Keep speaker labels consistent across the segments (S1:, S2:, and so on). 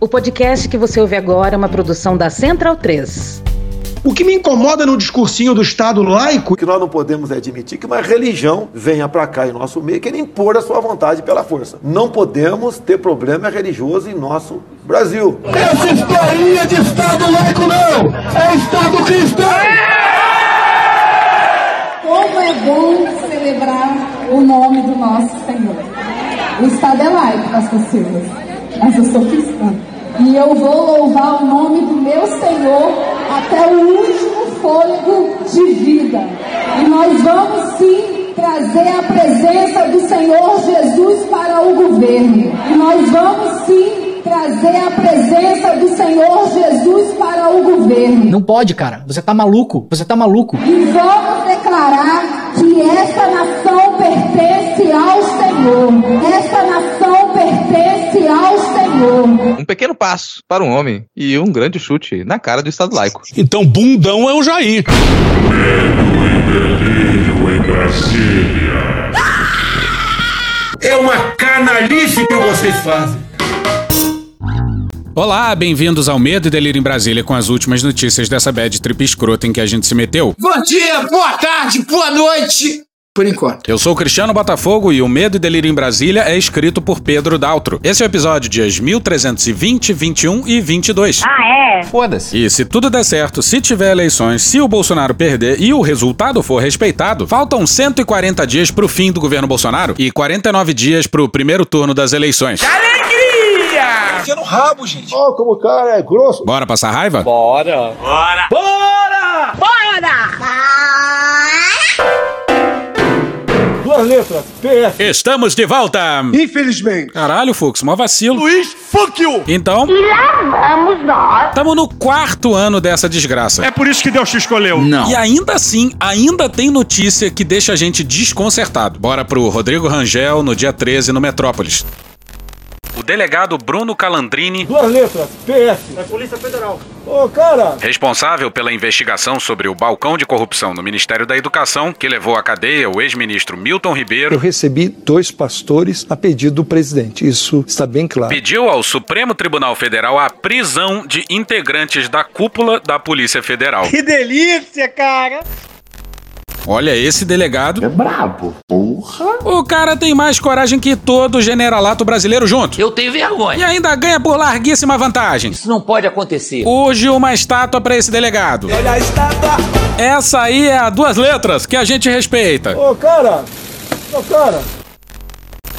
S1: O podcast que você ouve agora é uma produção da Central 3.
S2: O que me incomoda no discursinho do Estado laico.
S3: O que nós não podemos é admitir que uma religião venha para cá em nosso meio querer impor a sua vontade pela força. Não podemos ter problema religioso em nosso Brasil.
S4: Essa historinha de Estado laico não! É Estado cristão!
S5: Como é bom celebrar o nome do nosso Senhor. O Estado é laico, pastor Silva, mas eu sou cristã. E eu vou louvar o nome do meu Senhor até o último fôlego de vida. E nós vamos sim trazer a presença do Senhor Jesus para o governo. E nós vamos sim trazer a presença do Senhor Jesus para o governo.
S6: Não pode, cara. Você tá maluco. Você tá maluco.
S5: E vamos declarar que essa nação pertence ao Senhor. Essa nação pertence ao Senhor.
S7: Um pequeno passo para um homem e um grande chute na cara do Estado laico.
S8: Então, bundão é o Jair.
S9: Medo e em Brasília.
S10: É uma canalice que vocês fazem.
S8: Olá, bem-vindos ao Medo e Delírio em Brasília com as últimas notícias dessa bad trip escrota em que a gente se meteu.
S11: Bom dia, boa tarde, boa noite! por enquanto.
S8: Eu sou Cristiano Botafogo e o Medo e Delírio em Brasília é escrito por Pedro Daltro. Esse é o episódio dias 1320, 21 e 22.
S12: Ah, é?
S8: Foda-se. E se tudo der certo, se tiver eleições, se o Bolsonaro perder e o resultado for respeitado, faltam 140 dias pro fim do governo Bolsonaro e 49 dias pro primeiro turno das eleições.
S10: Alegria! Enfia no é um rabo, gente.
S3: Ó, oh, como o cara é grosso.
S8: Bora passar raiva?
S12: Bora.
S10: Bora.
S12: Bora! Bora!
S3: duas letras, é PF.
S8: Estamos de volta!
S3: Infelizmente.
S8: Caralho, Fux, mó vacilo.
S10: Luiz, fuck you!
S8: Então...
S12: E lá vamos nós.
S8: Tamo no quarto ano dessa desgraça.
S10: É por isso que Deus te escolheu.
S8: Não. E ainda assim, ainda tem notícia que deixa a gente desconcertado. Bora pro Rodrigo Rangel no dia 13 no Metrópolis. O delegado Bruno Calandrini.
S3: Duas letras, PF.
S13: É Polícia Federal.
S3: Ô, oh, cara!
S8: Responsável pela investigação sobre o balcão de corrupção no Ministério da Educação, que levou à cadeia o ex-ministro Milton Ribeiro.
S14: Eu recebi dois pastores a pedido do presidente, isso está bem claro.
S8: Pediu ao Supremo Tribunal Federal a prisão de integrantes da cúpula da Polícia Federal.
S10: Que delícia, cara!
S8: Olha esse delegado.
S15: É brabo. Porra.
S8: O cara tem mais coragem que todo generalato brasileiro junto.
S16: Eu tenho vergonha.
S8: E ainda ganha por larguíssima vantagem.
S16: Isso não pode acontecer.
S8: Hoje uma estátua para esse delegado.
S10: Olha a estátua.
S8: Essa aí é a duas letras que a gente respeita.
S3: Ô, oh, cara. Ô, oh, cara.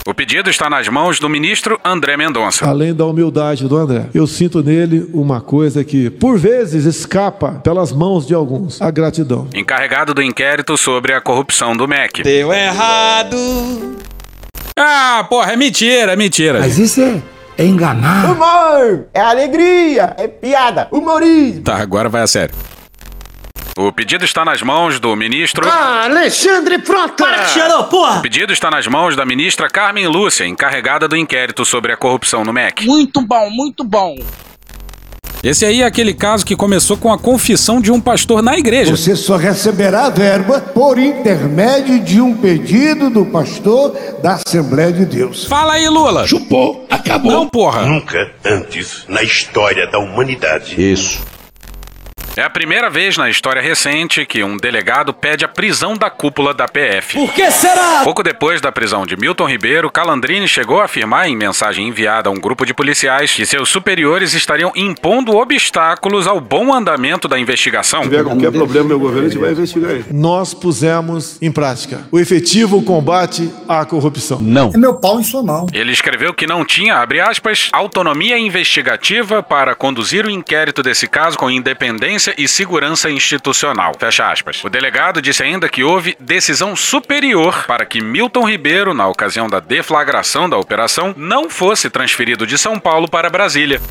S8: O pedido está nas mãos do ministro André Mendonça.
S17: Além da humildade do André, eu sinto nele uma coisa que, por vezes, escapa pelas mãos de alguns: a gratidão.
S8: Encarregado do inquérito sobre a corrupção do MEC.
S10: Deu errado.
S8: Ah, porra, é mentira, é mentira.
S11: Mas isso é. É enganar.
S18: Humor! É alegria! É piada! Humorismo!
S8: Tá, agora vai a sério. O pedido está nas mãos do ministro.
S11: Ah, Alexandre Frota!
S10: Para de xerão, porra!
S8: O pedido está nas mãos da ministra Carmen Lúcia, encarregada do inquérito sobre a corrupção no MEC.
S10: Muito bom, muito bom!
S8: Esse aí é aquele caso que começou com a confissão de um pastor na igreja.
S19: Você só receberá verba por intermédio de um pedido do pastor da Assembleia de Deus.
S8: Fala aí, Lula.
S20: Chupou, acabou.
S8: Não, porra.
S20: Nunca antes na história da humanidade.
S8: Isso. É a primeira vez na história recente que um delegado pede a prisão da cúpula da PF.
S10: Por que será?
S8: Pouco depois da prisão de Milton Ribeiro, Calandrini chegou a afirmar em mensagem enviada a um grupo de policiais que seus superiores estariam impondo obstáculos ao bom andamento da investigação.
S3: Se tiver qualquer problema, meu governo, a gente vai investigar ele.
S17: Nós pusemos em prática o efetivo combate à corrupção.
S8: Não.
S11: É meu pau em sua mão.
S8: Ele escreveu que não tinha, abre aspas, autonomia investigativa para conduzir o inquérito desse caso com independência e segurança institucional. Fecha aspas. O delegado disse ainda que houve decisão superior para que Milton Ribeiro, na ocasião da deflagração da operação, não fosse transferido de São Paulo para Brasília.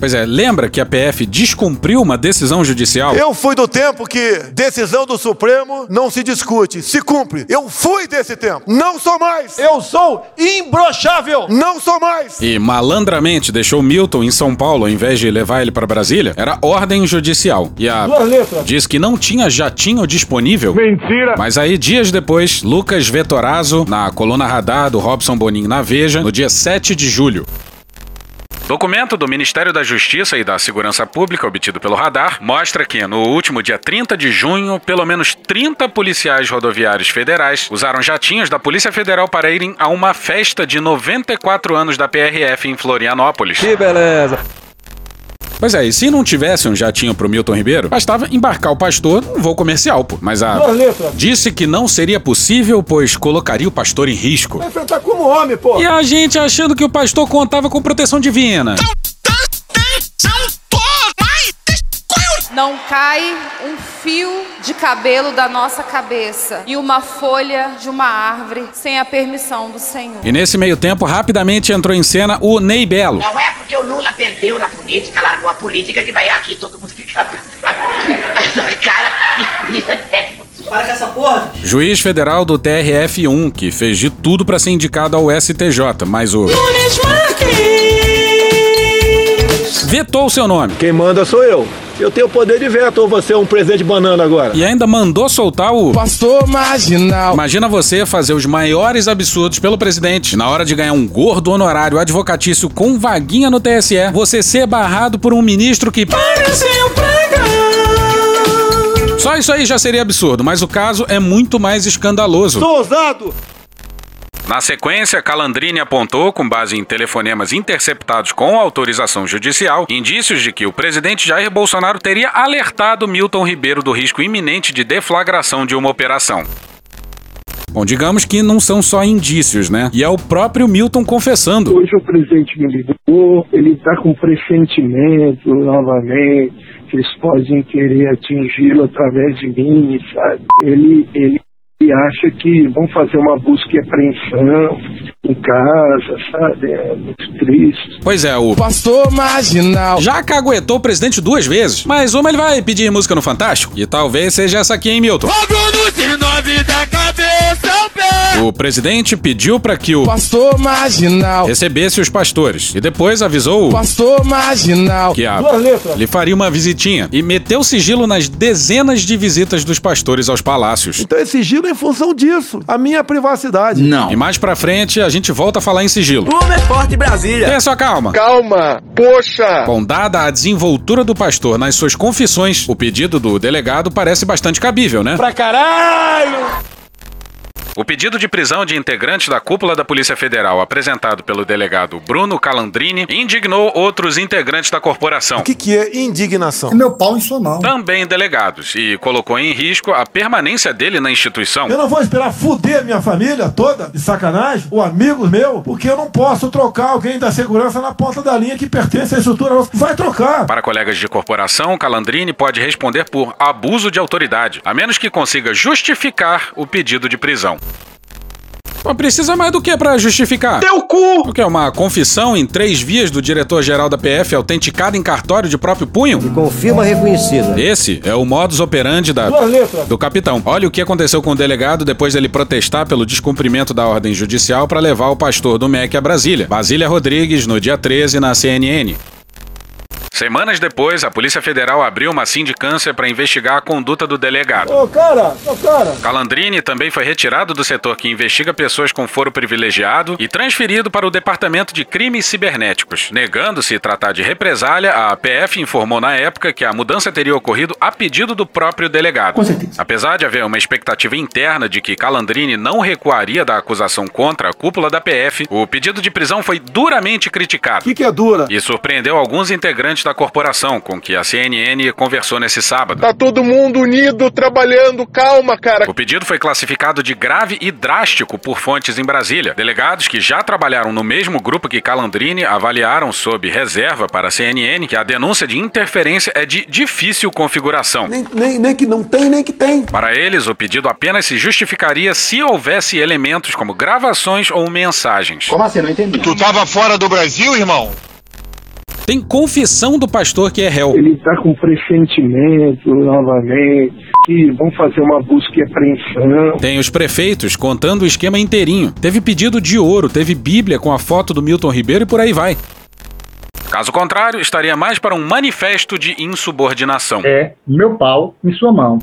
S8: Pois é, lembra que a PF descumpriu uma decisão judicial? Eu fui do tempo que decisão do Supremo não se discute, se cumpre. Eu fui desse tempo. Não sou mais.
S10: Eu sou imbrochável.
S8: Não sou mais. E malandramente deixou Milton em São Paulo, ao invés de levar ele para Brasília, era ordem judicial. E a diz que não tinha jatinho disponível.
S3: Mentira.
S8: Mas aí, dias depois, Lucas Vetorazo, na coluna radar do Robson Boninho na Veja, no dia 7 de julho. Documento do Ministério da Justiça e da Segurança Pública, obtido pelo radar, mostra que, no último dia 30 de junho, pelo menos 30 policiais rodoviários federais usaram jatinhos da Polícia Federal para irem a uma festa de 94 anos da PRF em Florianópolis. Que beleza! Pois é, e se não tivesse um jatinho pro Milton Ribeiro, bastava embarcar o pastor num voo comercial, pô. Mas a.
S19: Borleta.
S8: Disse que não seria possível, pois colocaria o pastor em risco.
S19: Vai enfrentar como homem, pô.
S8: E a gente achando que o pastor contava com proteção divina.
S5: Não cai um fio de cabelo da nossa cabeça e uma folha de uma árvore sem a permissão do Senhor.
S8: E nesse meio tempo, rapidamente entrou em cena o Ney Belo.
S21: Não é porque o Lula perdeu na política, largou a política que vai aqui todo mundo ficar. Cara,
S19: Para com essa porra.
S8: Juiz federal do TRF1, que fez de tudo pra ser indicado ao STJ, mas o.
S19: Nunes Marques.
S8: Vetou o seu nome.
S19: Quem manda sou eu. Eu tenho o poder de veto ou você é um presente banana agora?
S8: E ainda mandou soltar o. Pastor marginal. Imagina você fazer os maiores absurdos pelo presidente. Na hora de ganhar um gordo honorário advocatício com vaguinha no TSE, você ser barrado por um ministro que.
S19: Pareceu pregar.
S8: Só isso aí já seria absurdo, mas o caso é muito mais escandaloso.
S19: Sou ousado.
S8: Na sequência, Calandrini apontou, com base em telefonemas interceptados com autorização judicial, indícios de que o presidente Jair Bolsonaro teria alertado Milton Ribeiro do risco iminente de deflagração de uma operação. Bom, digamos que não são só indícios, né? E é o próprio Milton confessando.
S18: Hoje o presidente me ligou, ele está com pressentimento novamente, que eles podem querer atingi-lo através de mim, sabe? Ele, ele e acha que vão fazer uma busca e apreensão em casa, sabe? É muito triste.
S8: Pois é, o pastor marginal já caguetou o presidente duas vezes. Mas uma ele vai pedir música no Fantástico. E talvez seja essa aqui, hein, Milton? O presidente pediu para que o pastor marginal recebesse os pastores e depois avisou o pastor marginal que a lhe faria uma visitinha e meteu sigilo nas dezenas de visitas dos pastores aos palácios.
S22: Então esse sigilo é em função disso, a minha privacidade.
S8: E mais pra frente a gente volta a falar em sigilo.
S19: Clube é Forte Brasília.
S8: Tenha sua calma.
S19: Calma. Poxa.
S8: Condada a desenvoltura do pastor nas suas confissões, o pedido do delegado parece bastante cabível, né?
S19: Pra caralho.
S8: O pedido de prisão de integrantes da cúpula da Polícia Federal, apresentado pelo delegado Bruno Calandrini, indignou outros integrantes da corporação.
S22: O que, que é indignação?
S8: meu pau em sua mão. Também delegados, e colocou em risco a permanência dele na instituição.
S7: Eu não vou esperar fuder minha família toda, de sacanagem, ou amigos meus, porque eu não posso trocar alguém da segurança na ponta da linha que pertence à estrutura nossa. Vai trocar.
S8: Para colegas de corporação, Calandrini pode responder por abuso de autoridade, a menos que consiga justificar o pedido de prisão. Mas precisa mais do que para justificar? Teu cu! O que é uma confissão em três vias do diretor-geral da PF autenticada em cartório de próprio punho? E com firma reconhecida. Esse é o modus operandi da
S19: Borleta.
S8: do capitão. Olha o que aconteceu com o delegado depois dele protestar pelo descumprimento da ordem judicial para levar o pastor do MEC a Brasília. Basília Rodrigues, no dia 13, na CNN. Semanas depois, a Polícia Federal abriu uma sindicância para investigar a conduta do delegado.
S19: Ô, cara, ô, cara.
S8: Calandrini também foi retirado do setor que investiga pessoas com foro privilegiado e transferido para o Departamento de Crimes Cibernéticos. Negando-se tratar de represália, a PF informou na época que a mudança teria ocorrido a pedido do próprio delegado.
S19: Com certeza.
S8: Apesar de haver uma expectativa interna de que Calandrini não recuaria da acusação contra a cúpula da PF, o pedido de prisão foi duramente criticado. O
S22: que, que é dura?
S8: E surpreendeu alguns integrantes da corporação, com que a CNN conversou nesse sábado.
S19: Tá todo mundo unido, trabalhando. Calma, cara.
S8: O pedido foi classificado de grave e drástico por fontes em Brasília. Delegados que já trabalharam no mesmo grupo que Calandrini avaliaram sob reserva para a CNN que a denúncia de interferência é de difícil configuração.
S22: Nem, nem, nem que não tem, nem que tem.
S8: Para eles, o pedido apenas se justificaria se houvesse elementos como gravações ou mensagens.
S19: Como assim? Não entendi. Tu tava fora do Brasil, irmão?
S8: Tem confissão do pastor que é réu.
S18: Ele está com pressentimento novamente, que vão fazer uma busca e apreensão.
S8: Tem os prefeitos contando o esquema inteirinho. Teve pedido de ouro, teve Bíblia com a foto do Milton Ribeiro e por aí vai. Caso contrário, estaria mais para um manifesto de insubordinação.
S23: É meu pau em sua mão.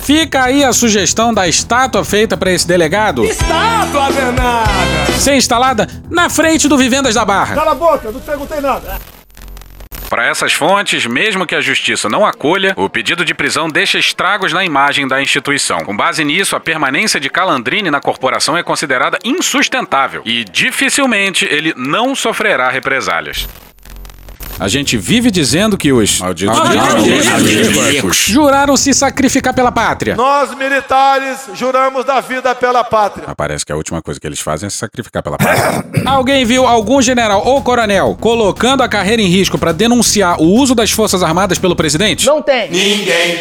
S8: Fica aí a sugestão da estátua feita para esse delegado.
S4: Estátua, Bernarda!
S8: Ser instalada na frente do Vivendas da Barra.
S17: Cala a boca, não te perguntei nada.
S8: Para essas fontes, mesmo que a justiça não acolha, o pedido de prisão deixa estragos na imagem da instituição. Com base nisso, a permanência de Calandrini na corporação é considerada insustentável e dificilmente ele não sofrerá represálias. A gente vive dizendo que os malditos juraram se sacrificar pela pátria.
S17: Nós, militares, juramos da vida pela pátria.
S8: Ah, Parece que a última coisa que eles fazem é se sacrificar pela pátria. Alguém viu algum general ou coronel colocando a carreira em risco para denunciar o uso das Forças Armadas pelo presidente?
S11: Não tem.
S20: Ninguém.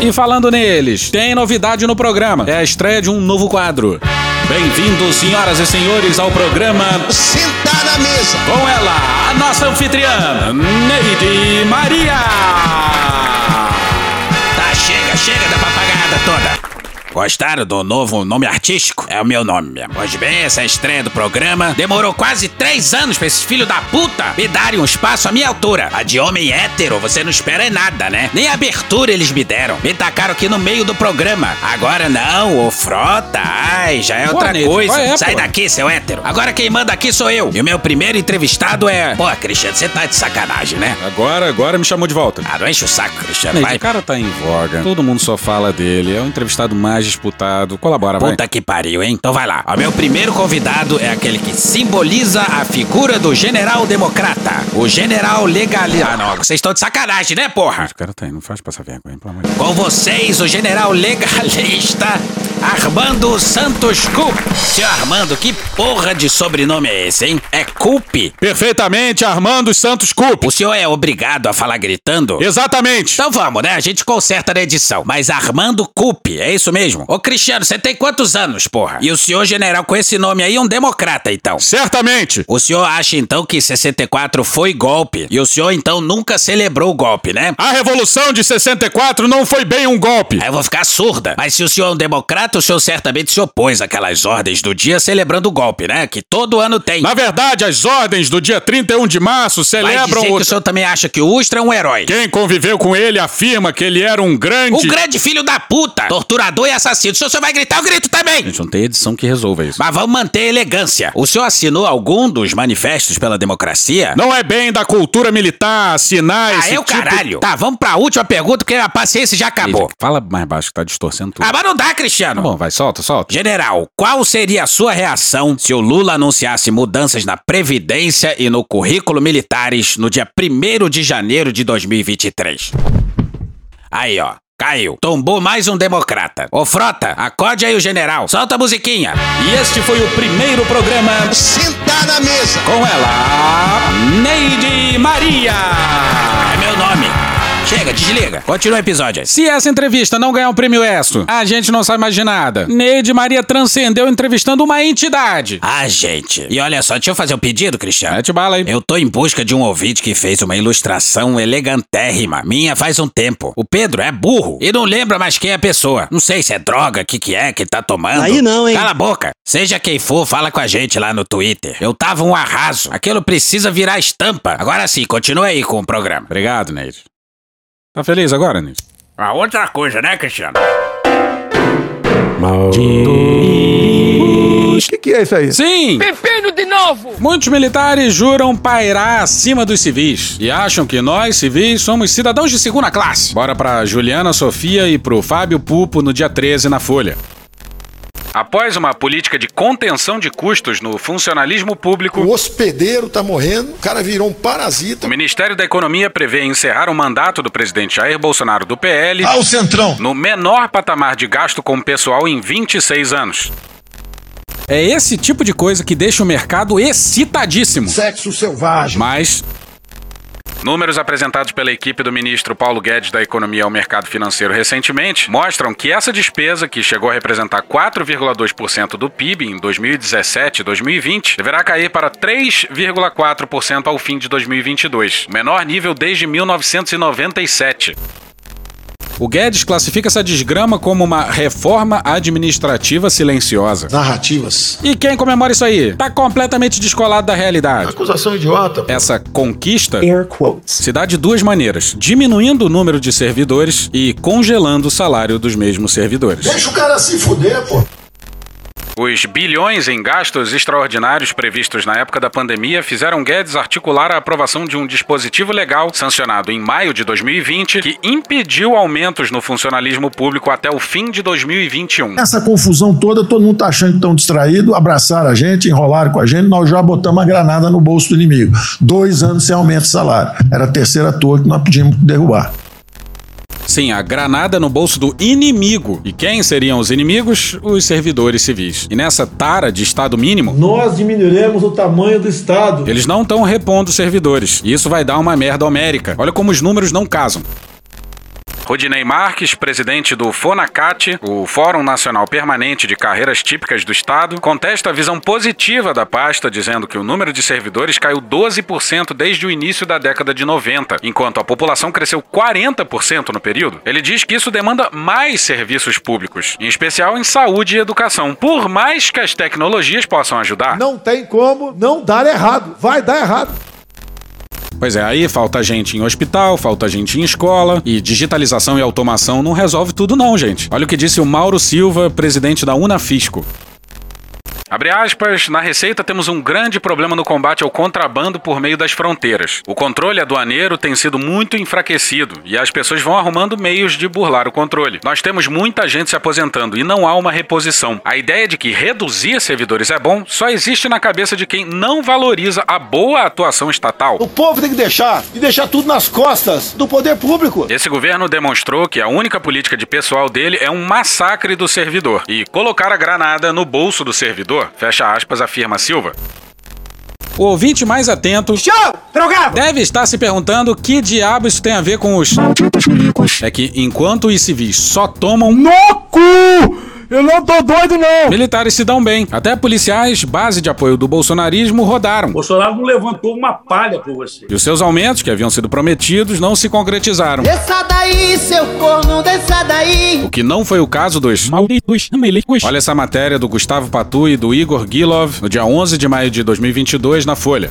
S8: E falando neles, tem novidade no programa. É a estreia de um novo quadro. Bem-vindos, senhoras e senhores, ao programa
S11: Sentar na mesa.
S8: com ela, a nossa anfitriã, Neide Maria.
S24: Tá, chega, chega da papagada toda. Gostaram do novo nome artístico? É o meu nome mesmo. Pois bem, essa é estreia do programa demorou quase três anos pra esse filho da puta me darem um espaço à minha altura. A de homem hétero, você não espera em nada, né? Nem abertura eles me deram. Me tacaram aqui no meio do programa. Agora não, ô frota. Ai, já é
S8: Pô,
S24: outra
S8: Neide,
S24: coisa.
S8: qual é,
S24: Sai
S8: pô?
S24: daqui, seu hétero. Agora quem manda aqui sou eu. E o meu primeiro entrevistado é... Pô, Cristiano, você tá de sacanagem, né?
S8: Agora, agora me chamou de volta.
S24: Ah, não enche o saco, Cristiano.
S8: Neide,
S24: Vai,
S8: o cara tá em voga, todo mundo só fala dele, é o entrevistado mais disputado. Colabora, vai.
S24: Puta que pariu, hein? Então vai lá. O meu primeiro convidado é aquele que simboliza a figura do general democrata. O general legalista. Ah, não. Vocês estão de sacanagem, né, porra?
S8: O cara tá aí, não faz passar vergonha, pelo amor de
S24: Com vocês, o general legalista Armando Santos Cup. Seu Armando, que porra de sobrenome é esse, hein? É Cup?
S8: Perfeitamente, Armando Santos Cup.
S24: O senhor é obrigado a falar gritando?
S8: Exatamente.
S24: Então vamos, né? A gente conserta na edição. Mas Armando Cup, é isso mesmo? Ô Cristiano, você tem quantos anos, porra? E o senhor general com esse nome aí é um democrata, então?
S8: Certamente.
S24: O senhor acha então que 64 foi golpe? E o senhor então nunca celebrou o golpe, né?
S8: A Revolução de 64 não foi bem um golpe.
S24: Aí eu vou ficar surda. Mas se o senhor é um democrata, o senhor certamente se opôs àquelas ordens do dia celebrando o golpe, né? Que todo ano tem.
S8: Na verdade, as ordens do dia 31 de março
S24: Vai
S8: celebram
S24: dizer
S8: o...
S24: que o senhor também acha que o Ustra é um herói.
S8: Quem conviveu com ele afirma que ele era um grande...
S24: Um grande filho da puta, torturador e assassino. Se o senhor vai gritar, eu grito também.
S8: Gente, não tem edição que resolva isso.
S24: Mas vamos manter a elegância. O senhor assinou algum dos manifestos pela democracia?
S8: Não é bem da cultura militar assinar
S24: Ah,
S8: esse
S24: eu
S8: tipo...
S24: caralho. Tá, vamos pra última pergunta, porque a paciência já acabou.
S8: Fala mais baixo que tá distorcendo tudo.
S24: Ah, mas não dá,
S8: Tá
S24: Cristiano.
S8: bom, vai, solta, solta.
S24: General, qual seria a sua reação se o Lula anunciasse mudanças na Previdência e no currículo militares no dia 1 de janeiro de 2023? Aí, ó. Caiu. Tombou mais um democrata. Ô, Frota, acorde aí o general. Solta a musiquinha. E este foi o primeiro programa
S11: Sentar na mesa.
S24: com ela, Neide Maria. É meu nome. Chega, desliga. Continua o episódio aí.
S8: Se essa entrevista não ganhar um prêmio ESSO, a gente não sabe mais de nada. Neide Maria transcendeu entrevistando uma entidade.
S24: Ah, gente. E olha só, deixa eu fazer um pedido, Cristiano.
S8: Mete bala aí.
S24: Eu tô em busca de um ouvinte que fez uma ilustração elegantérrima, minha faz um tempo. O Pedro é burro e não lembra mais quem é a pessoa. Não sei se é droga, o que, que é que tá tomando.
S6: Aí não, hein?
S24: Cala a boca. Seja quem for, fala com a gente lá no Twitter. Eu tava um arraso. Aquilo precisa virar estampa. Agora sim, continua aí com o programa.
S8: Obrigado, Neide. Tá feliz agora, Neide?
S24: Ah, outra coisa, né, Cristiano?
S17: O que, que é isso aí?
S8: Sim!
S12: Pepino de novo!
S8: Muitos militares juram pairar acima dos civis e acham que nós, civis, somos cidadãos de segunda classe. Bora pra Juliana Sofia e pro Fábio Pupo no dia 13 na Folha. Após uma política de contenção de custos no funcionalismo público,
S25: O hospedeiro tá morrendo, o cara virou um parasita.
S8: o Ministério da Economia prevê encerrar o mandato do presidente Jair Bolsonaro do PL
S25: o Centrão!
S8: no menor patamar de gasto com o pessoal em 26 anos. É esse tipo de coisa que deixa o mercado excitadíssimo.
S25: Sexo selvagem.
S8: Mas. Números apresentados pela equipe do ministro Paulo Guedes da Economia ao mercado financeiro recentemente mostram que essa despesa, que chegou a representar 4,2% do PIB em 2017 e 2020, deverá cair para 3,4% ao fim de 2022, o menor nível desde 1997. O Guedes classifica essa desgrama como uma reforma administrativa silenciosa.
S25: Narrativas.
S8: E quem comemora isso aí? Tá completamente descolado da realidade.
S25: Acusação idiota.
S8: Essa conquista se dá de duas maneiras: diminuindo o número de servidores e congelando o salário dos mesmos servidores.
S25: Deixa o cara se fuder, pô.
S8: Os bilhões em gastos extraordinários previstos na época da pandemia fizeram Guedes articular a aprovação de um dispositivo legal sancionado em maio de 2020 que impediu aumentos no funcionalismo público até o fim de 2021.
S25: Essa confusão toda, todo mundo tá achando que estão distraído, abraçaram a gente, enrolaram com a gente, nós já botamos a granada no bolso do inimigo. Dois anos sem aumento de salário. Era a terceira toa que nós pedimos derrubar.
S8: Sim, a granada no bolso do inimigo. E quem seriam os inimigos? Os servidores civis. E nessa tara de Estado mínimo,
S17: Nós diminuiremos o tamanho do Estado.
S8: eles não estão repondo os servidores. E isso vai dar uma merda homérica. Olha como os números não casam. Rodinei Marques, presidente do FONACAT, o Fórum Nacional Permanente de Carreiras Típicas do Estado, contesta a visão positiva da pasta, dizendo que o número de servidores caiu 12% desde o início da década de 90, enquanto a população cresceu 40% no período. Ele diz que isso demanda mais serviços públicos, em especial em saúde e educação, por mais que as tecnologias possam ajudar.
S17: Não tem como não dar errado. Vai dar errado.
S8: Pois é, aí falta gente em hospital, falta gente em escola, e digitalização e automação não resolve tudo não, gente. Olha o que disse o Mauro Silva, presidente da Unafisco. Abre aspas, na Receita temos um grande problema no combate ao contrabando por meio das fronteiras. O controle aduaneiro tem sido muito enfraquecido e as pessoas vão arrumando meios de burlar o controle. Nós temos muita gente se aposentando e não há uma reposição. A ideia de que reduzir servidores é bom só existe na cabeça de quem não valoriza a boa atuação estatal.
S10: O povo tem que deixar e deixar tudo nas costas do poder público.
S8: Esse governo demonstrou que a única política de pessoal dele é um massacre do servidor e colocar a granada no bolso do servidor. Fecha aspas, afirma Silva. O ouvinte mais atento deve estar se perguntando que diabo isso tem a ver com os. É que enquanto os civis só tomam. No cu! Eu não tô doido, não! Militares se dão bem. Até policiais, base de apoio do bolsonarismo, rodaram.
S1: Bolsonaro não levantou uma palha por você.
S8: E os seus aumentos, que haviam sido prometidos, não se concretizaram.
S2: Desça daí, seu corno, desça daí.
S8: O que não foi o caso dos malditos melicuis. Olha essa matéria do Gustavo Patu e do Igor Gilov no dia 11 de maio de 2022 na Folha.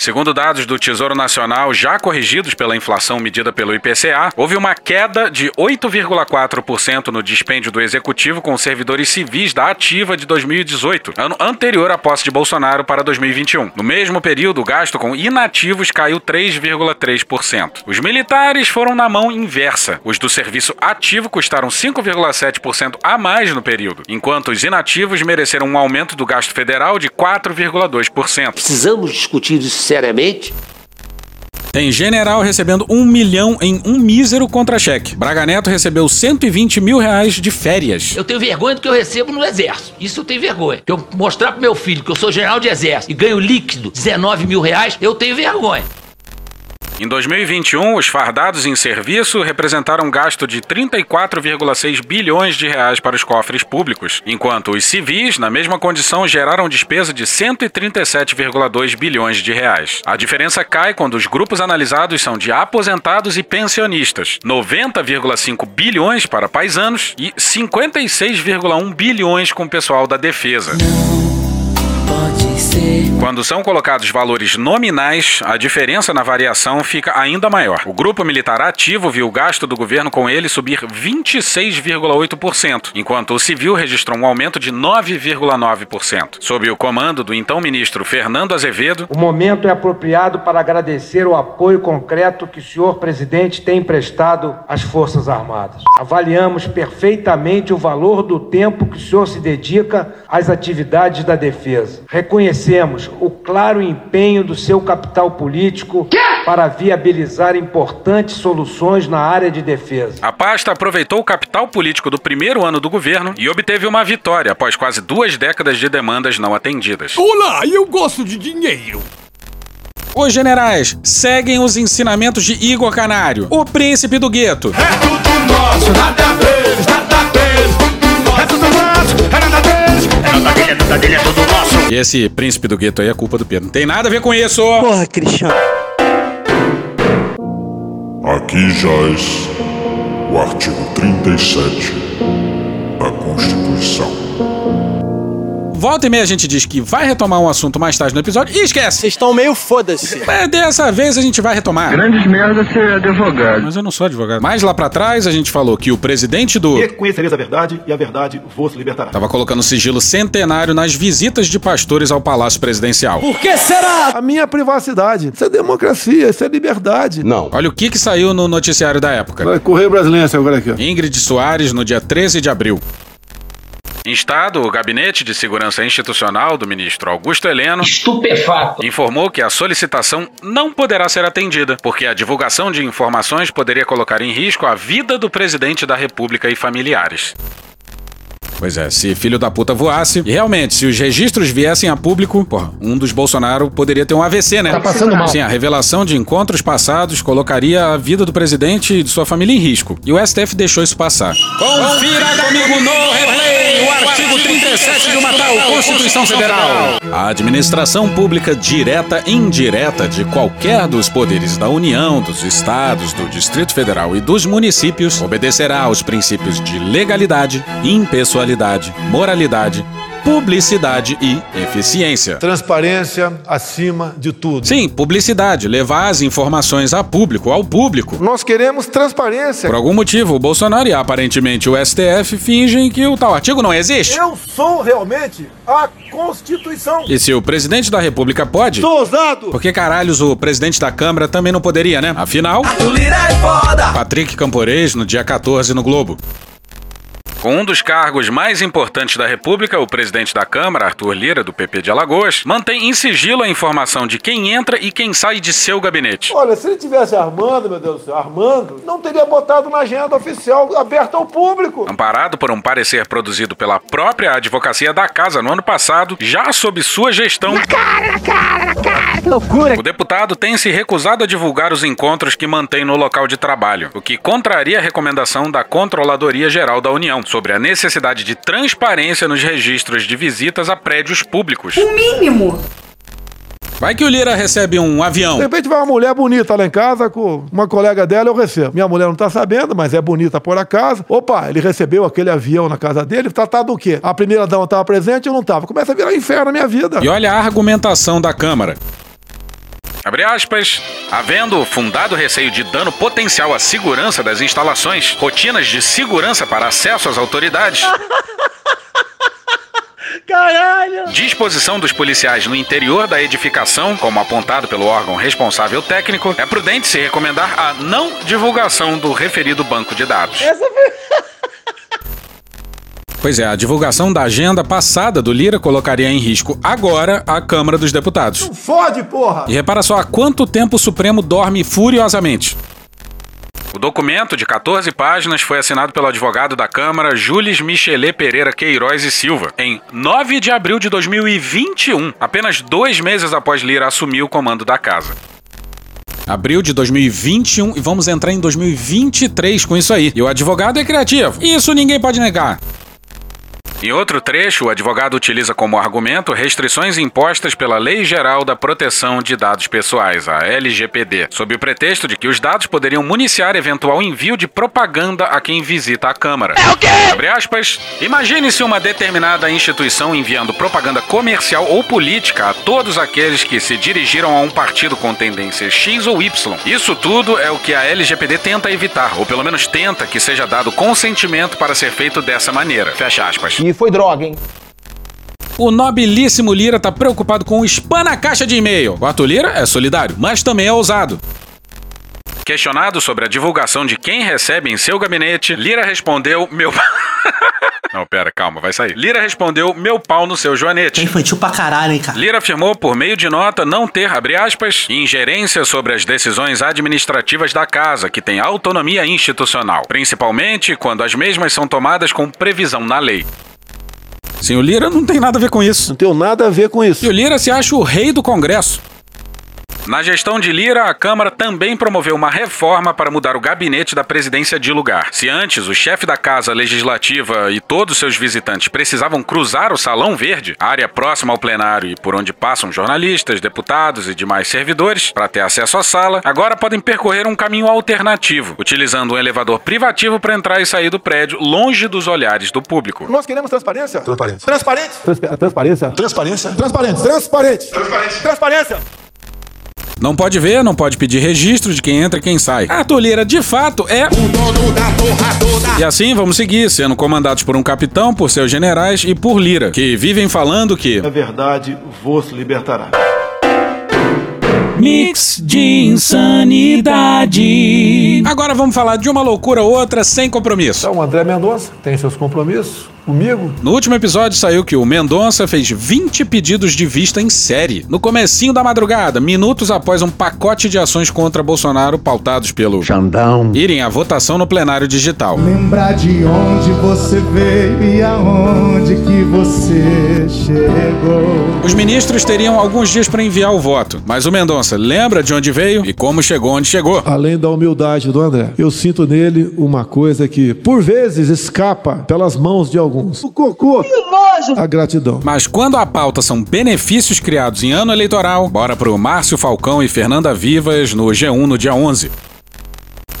S8: Segundo dados do Tesouro Nacional, já corrigidos pela inflação medida pelo IPCA, houve uma queda de 8,4% no dispêndio do executivo com os servidores civis da ativa de 2018, ano anterior à posse de Bolsonaro para 2021. No mesmo período, o gasto com inativos caiu 3,3%. Os militares foram na mão inversa. Os do serviço ativo custaram 5,7% a mais no período, enquanto os inativos mereceram um aumento do gasto federal de 4,2%.
S26: Precisamos discutir isso seriamente?
S8: Tem general recebendo um milhão em um mísero contra-cheque. Braga Neto recebeu 120 mil reais de férias.
S26: Eu tenho vergonha do que eu recebo no exército. Isso eu tenho vergonha. Que eu mostrar pro meu filho que eu sou general de exército e ganho líquido 19 mil reais, eu tenho vergonha.
S8: Em 2021, os fardados em serviço representaram um gasto de 34,6 bilhões de reais para os cofres públicos, enquanto os civis, na mesma condição, geraram despesa de 137,2 bilhões de reais. A diferença cai quando os grupos analisados são de aposentados e pensionistas, 90,5 bilhões para paisanos e 56,1 bilhões com o pessoal da defesa. Quando são colocados valores nominais, a diferença na variação fica ainda maior. O grupo militar ativo viu o gasto do governo com ele subir 26,8%, enquanto o civil registrou um aumento de 9,9%. Sob o comando do então ministro Fernando Azevedo,
S21: O momento é apropriado para agradecer o apoio concreto que o senhor presidente tem prestado às Forças Armadas. Avaliamos perfeitamente o valor do tempo que o senhor se dedica às atividades da defesa. Reconhecemos o claro empenho do seu capital político para viabilizar importantes soluções na área de defesa.
S8: a pasta aproveitou o capital político do primeiro ano do governo e obteve uma vitória após quase duas décadas de demandas não atendidas.
S27: Olá, eu gosto de dinheiro.
S8: Os generais seguem os ensinamentos de Igor Canário, o príncipe do gueto.
S4: É Nosso, nada a ver, nada a ver. É tudo nosso, é nada deles. É nada dele, é nada dele, é tudo nosso.
S8: E esse príncipe do gueto aí é culpa do Pedro. Não tem nada a ver com isso!
S24: Porra, Cristiano.
S9: Aqui jaz o artigo 37 da Constituição.
S8: Volta e meia a gente diz que vai retomar um assunto mais tarde no episódio e esquece. Vocês
S5: estão meio foda-se.
S8: Mas É, dessa vez a gente vai retomar.
S5: Grandes
S8: merda é ser advogado. Mas eu não sou advogado. Mas lá pra trás a gente falou que o presidente do...
S7: E conhecereis a verdade, e a verdade vos libertará.
S8: Tava colocando sigilo centenário nas visitas de pastores ao Palácio Presidencial.
S7: Por que será? A minha privacidade. Isso é democracia, isso é liberdade.
S8: Não. Olha o que que saiu no noticiário da época.
S7: Correio Brasileiro saiu agora aqui, ó.
S8: Ingrid Soares, no dia 13 de abril. Instado, o Gabinete de Segurança Institucional do ministro Augusto Heleno
S5: Estupefato.
S8: informou que a solicitação não poderá ser atendida, porque a divulgação de informações poderia colocar em risco a vida do presidente da República e familiares. Pois é, se filho da puta voasse, e realmente, se os registros viessem a público, porra, um dos Bolsonaro poderia ter um AVC, né?
S24: Tá passando mal.
S8: Sim, a revelação de encontros passados colocaria a vida do presidente e de sua família em risco. E o STF deixou isso passar. Confira comigo no replay o artigo 37 de uma tal Constituição Federal. A administração pública direta e indireta de qualquer dos poderes da União, dos estados, do Distrito Federal e dos municípios obedecerá aos princípios de legalidade, impessoalidade, moralidade, publicidade e eficiência.
S7: Transparência acima de tudo.
S8: Sim, publicidade, levar as informações a público, ao público.
S7: Nós queremos transparência.
S8: Por algum motivo, o Bolsonaro e aparentemente o STF fingem que o tal artigo não existe.
S7: Eu sou realmente a Constituição.
S8: E se o presidente da República pode?
S7: Sou ousado.
S8: Porque caralhos, o presidente da Câmara também não poderia, né? Afinal,
S5: é foda.
S8: Patrick Camporês no dia 14 no Globo. Com um dos cargos mais importantes da República, o presidente da Câmara, Arthur Lira, do PP de Alagoas, mantém em sigilo a informação de quem entra e quem sai de seu gabinete.
S7: Olha, se ele tivesse armando, meu Deus do céu, armando, não teria botado na agenda oficial aberta ao público.
S8: Amparado por um parecer produzido pela própria advocacia da casa no ano passado, já sob sua gestão.
S5: Que loucura.
S8: O deputado tem se recusado a divulgar os encontros que mantém no local de trabalho, o que contraria a recomendação da Controladoria Geral da União sobre a necessidade de transparência nos registros de visitas a prédios públicos.
S14: O mínimo.
S8: Vai que o Lira recebe um avião.
S7: De repente vai uma mulher bonita lá em casa com uma colega dela, eu recebo. Minha mulher não tá sabendo, mas é bonita por acaso. Opa, ele recebeu aquele avião na casa dele, tratado do quê? A primeira dama tava presente, eu não tava. Começa a virar inferno na minha vida.
S8: E olha a argumentação da Câmara. Abre aspas. Havendo fundado receio de dano potencial à segurança das instalações, rotinas de segurança para acesso às autoridades.
S5: Caralho.
S8: Disposição dos policiais no interior da edificação, como apontado pelo órgão responsável técnico, é prudente se recomendar a não divulgação do referido banco de dados.
S5: Essa foi...
S8: Pois é, a divulgação da agenda passada do Lira colocaria em risco agora a Câmara dos Deputados.
S7: Fode, porra!
S8: E repara só há quanto tempo o Supremo dorme furiosamente. O documento de 14 páginas foi assinado pelo advogado da Câmara, Jules Michelet Pereira Queiroz e Silva, em 9 de abril de 2021, apenas dois meses após Lira assumir o comando da casa. Abril de 2021 e vamos entrar em 2023 com isso aí. E o advogado é criativo. Isso ninguém pode negar. Em outro trecho, o advogado utiliza como argumento restrições impostas pela Lei Geral da Proteção de Dados Pessoais, a LGPD, sob o pretexto de que os dados poderiam municiar eventual envio de propaganda a quem visita a Câmara.
S5: É o quê?
S8: Abre aspas. Imagine-se uma determinada instituição enviando propaganda comercial ou política a todos aqueles que se dirigiram a um partido com tendência X ou Y. Isso tudo é o que a LGPD tenta evitar, ou pelo menos tenta que seja dado consentimento para ser feito dessa maneira. Fecha aspas.
S5: E foi droga, hein?
S8: O nobilíssimo Lira tá preocupado com o spam na caixa de e-mail. O Arthur Lira é solidário, mas também é ousado. Questionado sobre a divulgação de quem recebe em seu gabinete, Lira respondeu: Meu. Não, pera, calma, vai sair. Lira respondeu: Meu pau no seu joanete.
S5: É infantil pra caralho, hein, cara.
S8: Lira afirmou por meio de nota não ter, abre aspas, ingerência sobre as decisões administrativas da casa, que tem autonomia institucional, principalmente quando as mesmas são tomadas com previsão na lei. Sim, o Lira não tem nada a ver com isso.
S7: Não tenho nada a ver com isso.
S8: E o Lira se acha o rei do Congresso. Na gestão de Lira, a Câmara também promoveu uma reforma para mudar o gabinete da presidência de lugar. Se antes o chefe da Casa Legislativa e todos seus visitantes precisavam cruzar o Salão Verde, área próxima ao plenário e por onde passam jornalistas, deputados e demais servidores, para ter acesso à sala, agora podem percorrer um caminho alternativo, utilizando um elevador privativo para entrar e sair do prédio, longe dos olhares do público.
S13: Nós queremos transparência? Transparência. Transparente? Transparência.
S7: Transparência? Transparente. Transparente. Transparência. Transparência.
S8: Não pode ver, não pode pedir registro de quem entra e quem sai. A toleira, de fato, é o dono da porra toda. E assim vamos seguir, sendo comandados por um capitão, por seus generais e por Lira, que vivem falando que.
S14: A verdade vos libertará.
S8: Mix de insanidade. Agora vamos falar de uma loucura ou outra sem compromisso.
S7: Então, André Mendonça tem seus compromissos comigo.
S8: No último episódio saiu que o Mendonça fez 20 pedidos de vista em série. No comecinho da madrugada, minutos após um pacote de ações contra Bolsonaro pautados pelo Xandão irem à votação no plenário digital.
S2: Lembrar de onde você veio e aonde que você chegou.
S8: Os ministros teriam alguns dias para enviar o voto, mas o Mendonça lembra de onde veio e como chegou onde chegou.
S7: Além da humildade do André, eu sinto nele uma coisa que, por vezes, escapa pelas mãos de alguns. O cocô. A gratidão.
S8: Mas quando a pauta são benefícios criados em ano eleitoral, bora pro Márcio Falcão e Fernanda Vivas no G1 no dia 11.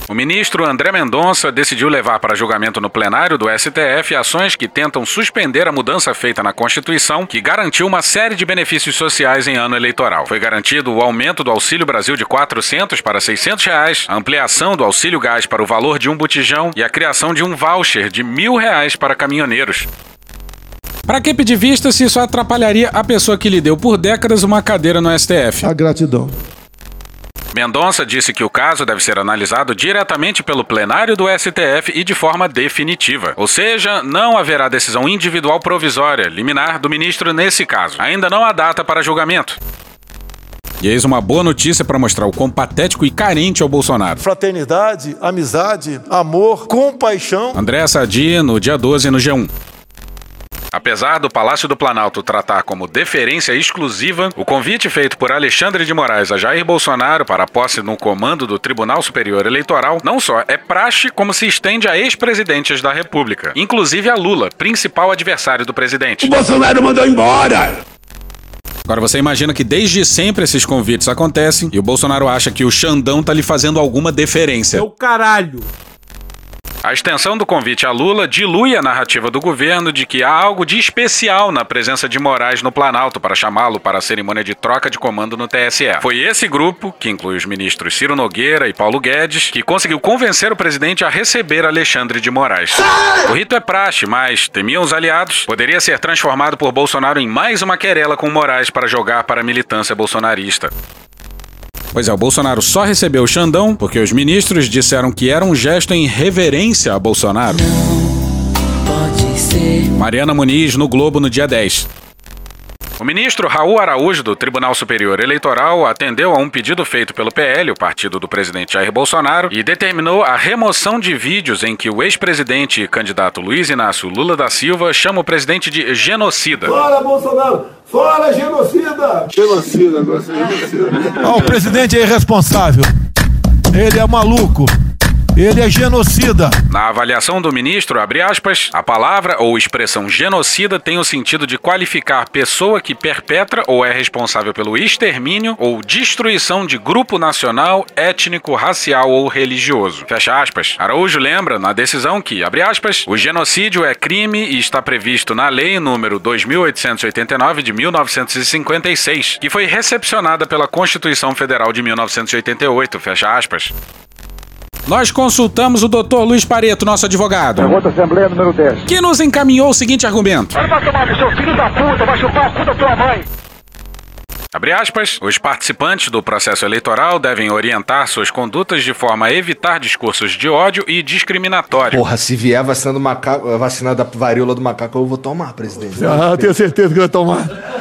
S8: O ministro André Mendonça decidiu levar para julgamento no plenário do STF ações que tentam suspender a mudança feita na Constituição, que garantiu uma série de benefícios sociais em ano eleitoral. Foi garantido o aumento do Auxílio Brasil de 400 para 600 reais, a ampliação do Auxílio Gás para o valor de um botijão e a criação de um voucher de mil reais para caminhoneiros. Para que pedir vista se isso atrapalharia a pessoa que lhe deu por décadas uma cadeira no STF?
S7: A gratidão.
S8: Mendonça disse que o caso deve ser analisado diretamente pelo plenário do STF e de forma definitiva. Ou seja, não haverá decisão individual provisória, liminar, do ministro nesse caso. Ainda não há data para julgamento. E eis uma boa notícia para mostrar o quão patético e carente é o Bolsonaro.
S14: Fraternidade, amizade, amor, compaixão.
S8: André Sadi, no dia 12, no G1. Apesar do Palácio do Planalto tratar como deferência exclusiva, o convite feito por Alexandre de Moraes a Jair Bolsonaro para a posse no comando do Tribunal Superior Eleitoral não só é praxe, como se estende a ex-presidentes da República, inclusive a Lula, principal adversário do presidente.
S4: O Bolsonaro mandou embora!
S8: Agora você imagina que desde sempre esses convites acontecem e o Bolsonaro acha que o Xandão tá lhe fazendo alguma deferência.
S1: É o caralho.
S8: A extensão do convite a Lula dilui a narrativa do governo de que há algo de especial na presença de Moraes no Planalto para chamá-lo para a cerimônia de troca de comando no TSE. Foi esse grupo, que inclui os ministros Ciro Nogueira e Paulo Guedes, que conseguiu convencer o presidente a receber Alexandre de Moraes. O rito é praxe, mas, temiam os aliados, poderia ser transformado por Bolsonaro em mais uma querela com Moraes para jogar para a militância bolsonarista. Pois é, o Bolsonaro só recebeu o Xandão porque os ministros disseram que era um gesto em reverência a Bolsonaro. Mariana Muniz no Globo no dia 10. O ministro Raul Araújo, do Tribunal Superior Eleitoral, atendeu a um pedido feito pelo PL, o partido do presidente Jair Bolsonaro, e determinou a remoção de vídeos em que o ex-presidente e candidato Luiz Inácio Lula da Silva chama o presidente de genocida.
S14: Fora Bolsonaro! Fora genocida! Genocida, agora é genocida.
S7: Ó, o presidente é irresponsável. Ele é maluco. Ele é genocida.
S8: Na avaliação do ministro, abre aspas, a palavra ou expressão genocida tem o sentido de qualificar pessoa que perpetra ou é responsável pelo extermínio ou destruição de grupo nacional, étnico, racial ou religioso. Fecha aspas. Araújo lembra na decisão que, abre aspas, o genocídio é crime e está previsto na lei número 2889 de 1956, que foi recepcionada pela Constituição Federal de 1988. Fecha aspas. Nós consultamos o Dr. Luiz Pareto, nosso advogado,
S14: Outra Assembleia número 10.
S8: que nos encaminhou o seguinte argumento.
S14: Vai tomar no seu filho da puta, vai chupar a puta da tua mãe.
S8: Abre aspas, os participantes do processo eleitoral devem orientar suas condutas de forma a evitar discursos de ódio e discriminatório.
S15: Porra, se vier vacina, do macaco, vacina da varíola do macaco, eu vou tomar, presidente.
S7: Ah, tenho certeza que vai tomar.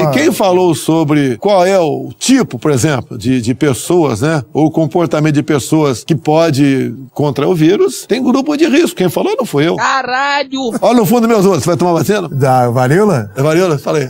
S7: E quem falou sobre qual é o tipo, por exemplo, de, de pessoas, né? Ou o comportamento de pessoas que pode contra o vírus, tem grupo de risco. Quem falou não foi eu.
S26: Caralho!
S7: Olha no fundo dos meus olhos, você vai tomar vacina?
S2: Da varíola?
S7: Da varíola? É. Falei.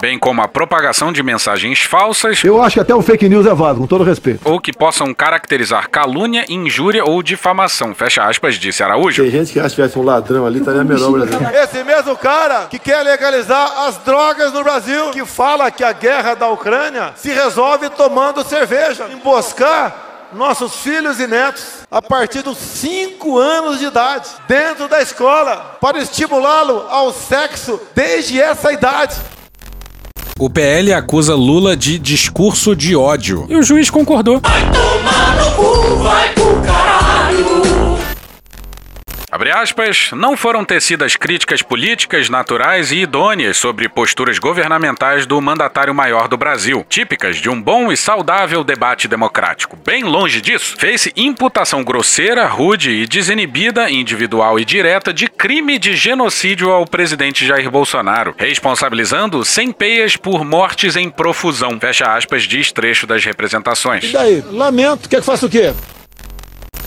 S8: Bem como a propagação de mensagens falsas
S7: Eu acho que até o fake news é válido, com todo respeito.
S8: ou que possam caracterizar calúnia, injúria ou difamação. Fecha aspas, disse Araújo.
S14: Tem gente que acha que tivesse um ladrão ali, estaria melhor o Brasil.
S13: Esse mesmo cara que quer legalizar as drogas no Brasil, que fala que a guerra da Ucrânia se resolve tomando cerveja, emboscar nossos filhos e netos a partir dos 5 anos de idade, dentro da escola, para estimulá-lo ao sexo desde essa idade.
S8: O PL acusa Lula de discurso de ódio. E o juiz concordou. Abre aspas, não foram tecidas críticas políticas, naturais e idôneas sobre posturas governamentais do mandatário maior do Brasil, típicas de um bom e saudável debate democrático. Bem longe disso, fez-se imputação grosseira, rude e desinibida, individual e direta, de crime de genocídio ao presidente Jair Bolsonaro, responsabilizando sem peias por mortes em profusão. Fecha aspas, diz trecho das representações.
S7: daí? Lamento, quer que faça o quê?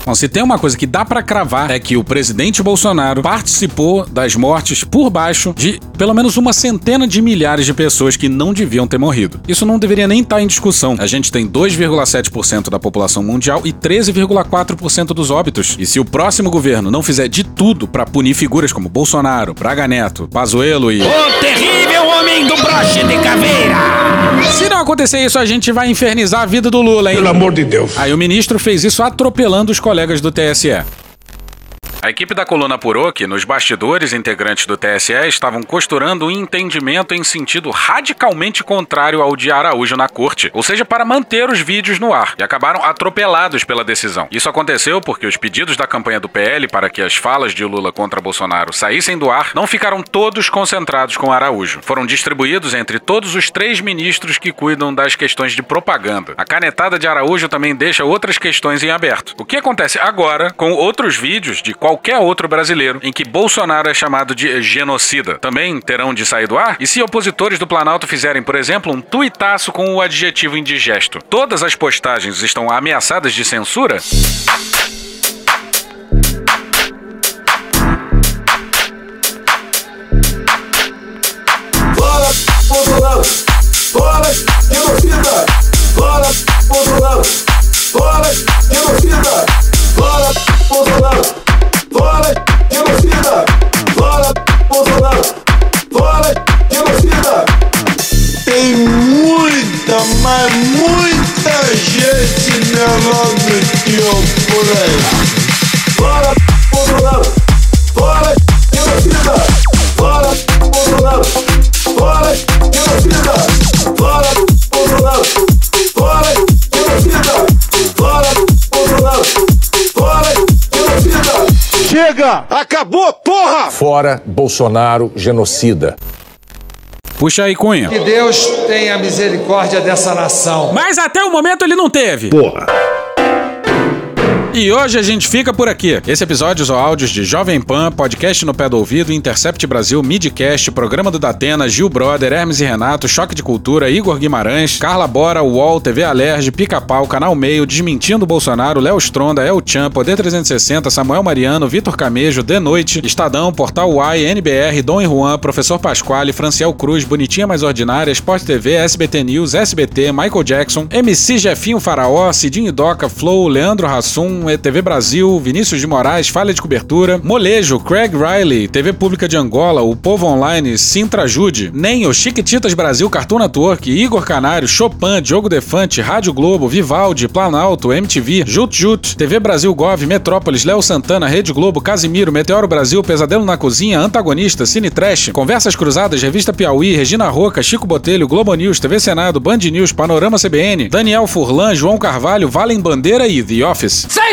S8: Bom, se tem uma coisa que dá pra cravar é que o presidente Bolsonaro participou das mortes por baixo de pelo menos uma centena de milhares de pessoas que não deviam ter morrido. Isso não deveria nem estar em discussão. A gente tem 2,7% da população mundial e 13,4% dos óbitos. E se o próximo governo não fizer de tudo pra punir figuras como Bolsonaro, Braga Neto, Pazuello e
S4: O terrível homem do broche de caveira!
S8: se não acontecer isso, a gente vai infernizar a vida do Lula, hein? Pelo
S20: amor de Deus.
S8: Aí o ministro fez isso atropelando os colegas do TSE. A equipe da coluna apurou que, nos bastidores, integrantes do TSE estavam costurando um entendimento em sentido radicalmente contrário ao de Araújo na corte, ou seja, para manter os vídeos no ar, e acabaram atropelados pela decisão. Isso aconteceu porque os pedidos da campanha do PL para que as falas de Lula contra Bolsonaro saíssem do ar não ficaram todos concentrados com Araújo. Foram distribuídos entre todos os três ministros que cuidam das questões de propaganda. A canetada de Araújo também deixa outras questões em aberto. O que acontece agora com outros vídeos de qualquer outro brasileiro em que Bolsonaro é chamado de genocida? Também terão de sair do ar? E se opositores do Planalto fizerem, por exemplo, um tuitaço com o adjetivo indigesto? Todas as postagens estão ameaçadas de censura?
S14: Fora, Bolsonaro! Fora, genocida! Fora, Bolsonaro! Fora, genocida! Fora, Bolsonaro! Fora, genocida! Fora, Bolsonaro! Fora, genocida! Tem muita, mas muita gente melhor que eu por aí. Fora, Bolsonaro! Fora, genocida! Fora, Bolsonaro! Fora, genocida! Fora, Bolsonaro! Fora, genocida! Fora, Bolsonaro! Fora, genocida! Chega! Acabou, porra!
S3: Fora Bolsonaro genocida.
S8: Puxa aí, Cunha.
S3: Que Deus tenha misericórdia dessa nação.
S8: Mas até o momento ele não teve.
S3: Porra.
S8: E hoje a gente fica por aqui. Esse episódio usou áudios de Jovem Pan, Podcast no Pé do Ouvido, Intercept Brasil, Midcast, Programa do Datena, Gil Brother, Hermes e Renato, Choque de Cultura, Igor Guimarães, Carla Bora, UOL, TV Alerj, Pica-Pau, Canal Meio, Desmentindo Bolsonaro, Léo Stronda, El Chan, Poder 360, Samuel Mariano, Vitor Camejo, De Noite, Estadão, Portal Uai, NBR, Dom e Juan, Professor Pasquale, Franciel Cruz, Bonitinha Mais Ordinária, Sport TV, SBT News, SBT, Michael Jackson, MC Jefinho Faraó, Cidinho Doca, Flow, Leandro Hassum, ETV é Brasil, Vinícius de Moraes, Falha de Cobertura, Molejo, Craig Riley, TV Pública de Angola, O Povo Online, Sintra Jude, Nenho, Chiquititas Brasil, Cartoon Network, Igor Canário, Chopin, Diogo Defante, Rádio Globo, Vivaldi, Planalto, MTV, Jut Jut, TV Brasil Gov, Metrópolis, Léo Santana, Rede Globo, Casimiro, Meteoro Brasil, Pesadelo na Cozinha, Antagonista, Cine Trash, Conversas Cruzadas, Revista Piauí, Regina Roca, Chico Botelho, Globo News, TV Senado, Band News, Panorama CBN, Daniel Furlan, João Carvalho, Valem Bandeira e The Office.
S4: Sem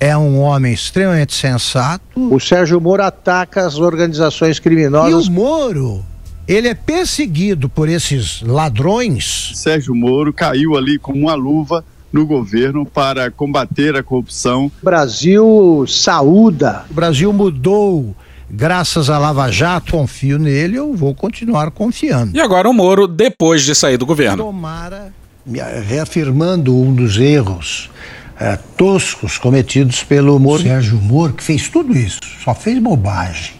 S18: é um homem extremamente sensato. O Sérgio Moro ataca as organizações criminosas. E o Moro, ele é perseguido por esses ladrões.
S19: Sérgio Moro caiu ali como uma luva no governo para combater a corrupção.
S18: O Brasil saúda. O Brasil mudou graças a Lava Jato. Confio nele, eu vou continuar confiando.
S8: E agora o Moro depois de sair do governo.
S18: me- eh, reafirmando um dos erros eh, toscos cometidos pelo Moro. Sérgio Moro, que fez tudo isso, só fez bobagem.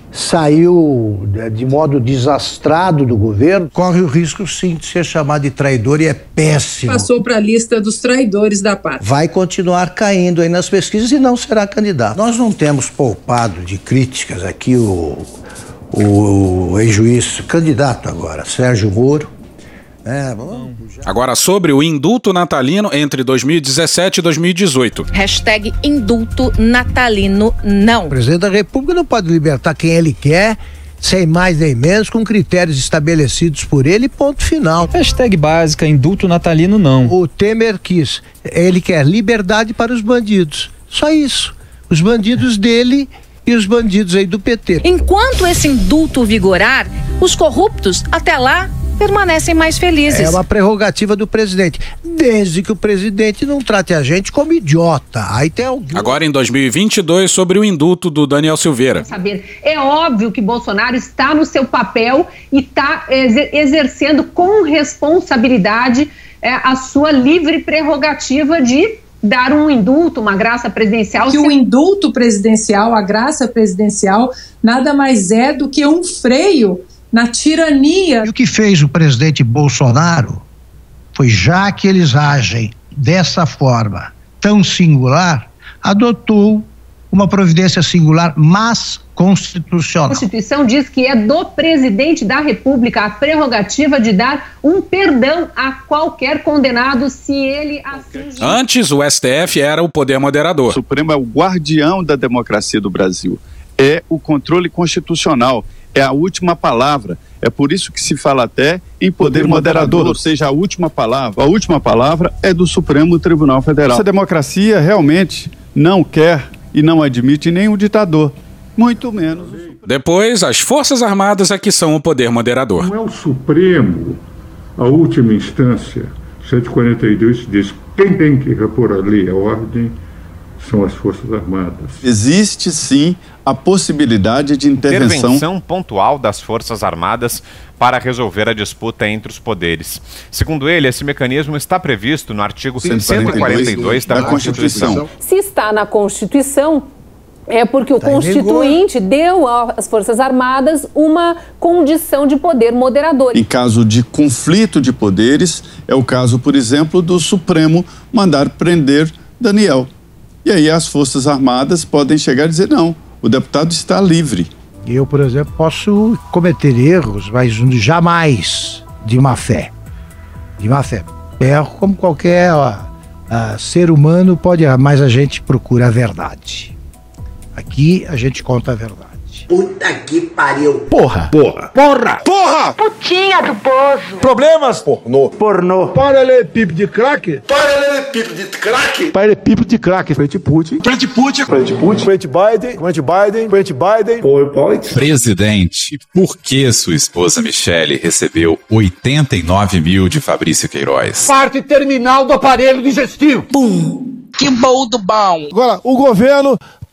S18: Saiu de- de modo desastrado do governo. Corre o risco, sim, de ser chamado de traidor e é péssimo.
S28: Passou para a lista dos traidores da pátria.
S18: Vai continuar caindo aí nas pesquisas e não será candidato. Nós não temos poupado de críticas aqui o, o ex-juiz candidato agora, Sérgio Moro. né?
S8: Agora sobre o indulto natalino entre 2017 e 2018.
S29: Hashtag indulto natalino não.
S18: O presidente da República não pode libertar quem ele quer, sem mais nem menos, com critérios estabelecidos por ele, ponto final. Hashtag básica, indulto natalino não. O Temer quis, ele quer liberdade para os bandidos. Só isso. Os bandidos dele e os bandidos aí do PT.
S29: Enquanto esse indulto vigorar, os corruptos até lá permanecem mais felizes.
S18: É uma prerrogativa do presidente. Desde que o presidente não trate a gente como idiota. Aí tem alguém.
S8: Agora em 2022 sobre o indulto do Daniel Silveira.
S30: saber. É óbvio que Bolsonaro está no seu papel e está exe- exercendo com responsabilidade é, a sua livre prerrogativa de dar um indulto, uma graça presidencial.
S28: Que o indulto presidencial, a graça presidencial, nada mais é do que um freio na tirania.
S18: E o que fez o presidente Bolsonaro foi, já que eles agem dessa forma tão singular, adotou uma providência singular, mas
S30: A
S18: constitucional.
S30: Constituição diz que é do presidente da República a prerrogativa de dar um perdão a qualquer condenado se ele assim.
S8: Antes o STF era o poder
S19: O
S8: moderador.
S19: Supremo é o guardião da democracia do Brasil. É o controle constitucional. É a última palavra. É por isso que se fala até em poder, moderador, ou seja, a última palavra. A última palavra é do Supremo Tribunal Federal. Essa democracia realmente não quer e não admite nenhum ditador, muito menos o
S8: Depois as Forças Armadas é que são o poder moderador.
S31: Não é o Supremo, a última instância, 142 diz quem tem que repor a lei e a ordem são as Forças Armadas.
S19: Existe sim a possibilidade de intervenção.
S32: intervenção pontual das Forças Armadas para resolver a disputa entre os poderes. Segundo ele, esse mecanismo está previsto no artigo 142
S15: Tá
S32: da, Constituição.
S33: Se está na Constituição, é porque o
S32: Tá em
S33: Constituinte deu às Forças Armadas uma condição de poder moderador.
S19: Em caso de conflito de poderes, é o caso, por exemplo, do Supremo mandar prender Daniel. E aí as Forças Armadas podem chegar e dizer: não, o deputado está livre.
S18: Eu, por exemplo, posso cometer erros, mas jamais de má fé. De má fé. Erro como qualquer ó, ah, ser humano pode errar, mas a gente procura a verdade. Aqui a gente conta a verdade. presidente. Puta que pariu.
S7: Porra. Porra.
S18: Porra.
S7: Porra.
S18: Putinha do poço.
S7: Problemas. Pornô. Pornô. Paralelepípedo de craque.
S18: Paralelepípedo de craque.
S7: Paralelepípedo de craque. Frente Putin. Frente Putin. Frente Putin. Frente Biden. Frente Biden. Frente Biden. PowerPoint.
S34: Presidente, por que sua esposa Michele recebeu 89 mil de Fabrício Queiroz?
S7: Parte terminal do aparelho digestivo. Pum. Que bom do bom. Agora, o governo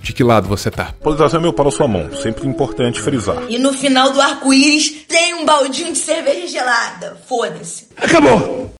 S9: De que lado você tá?
S19: Polarização é meu para sua mão, sempre importante frisar.
S5: E no final do arco-íris tem um baldinho de cerveja gelada. Foda-se.
S19: Acabou!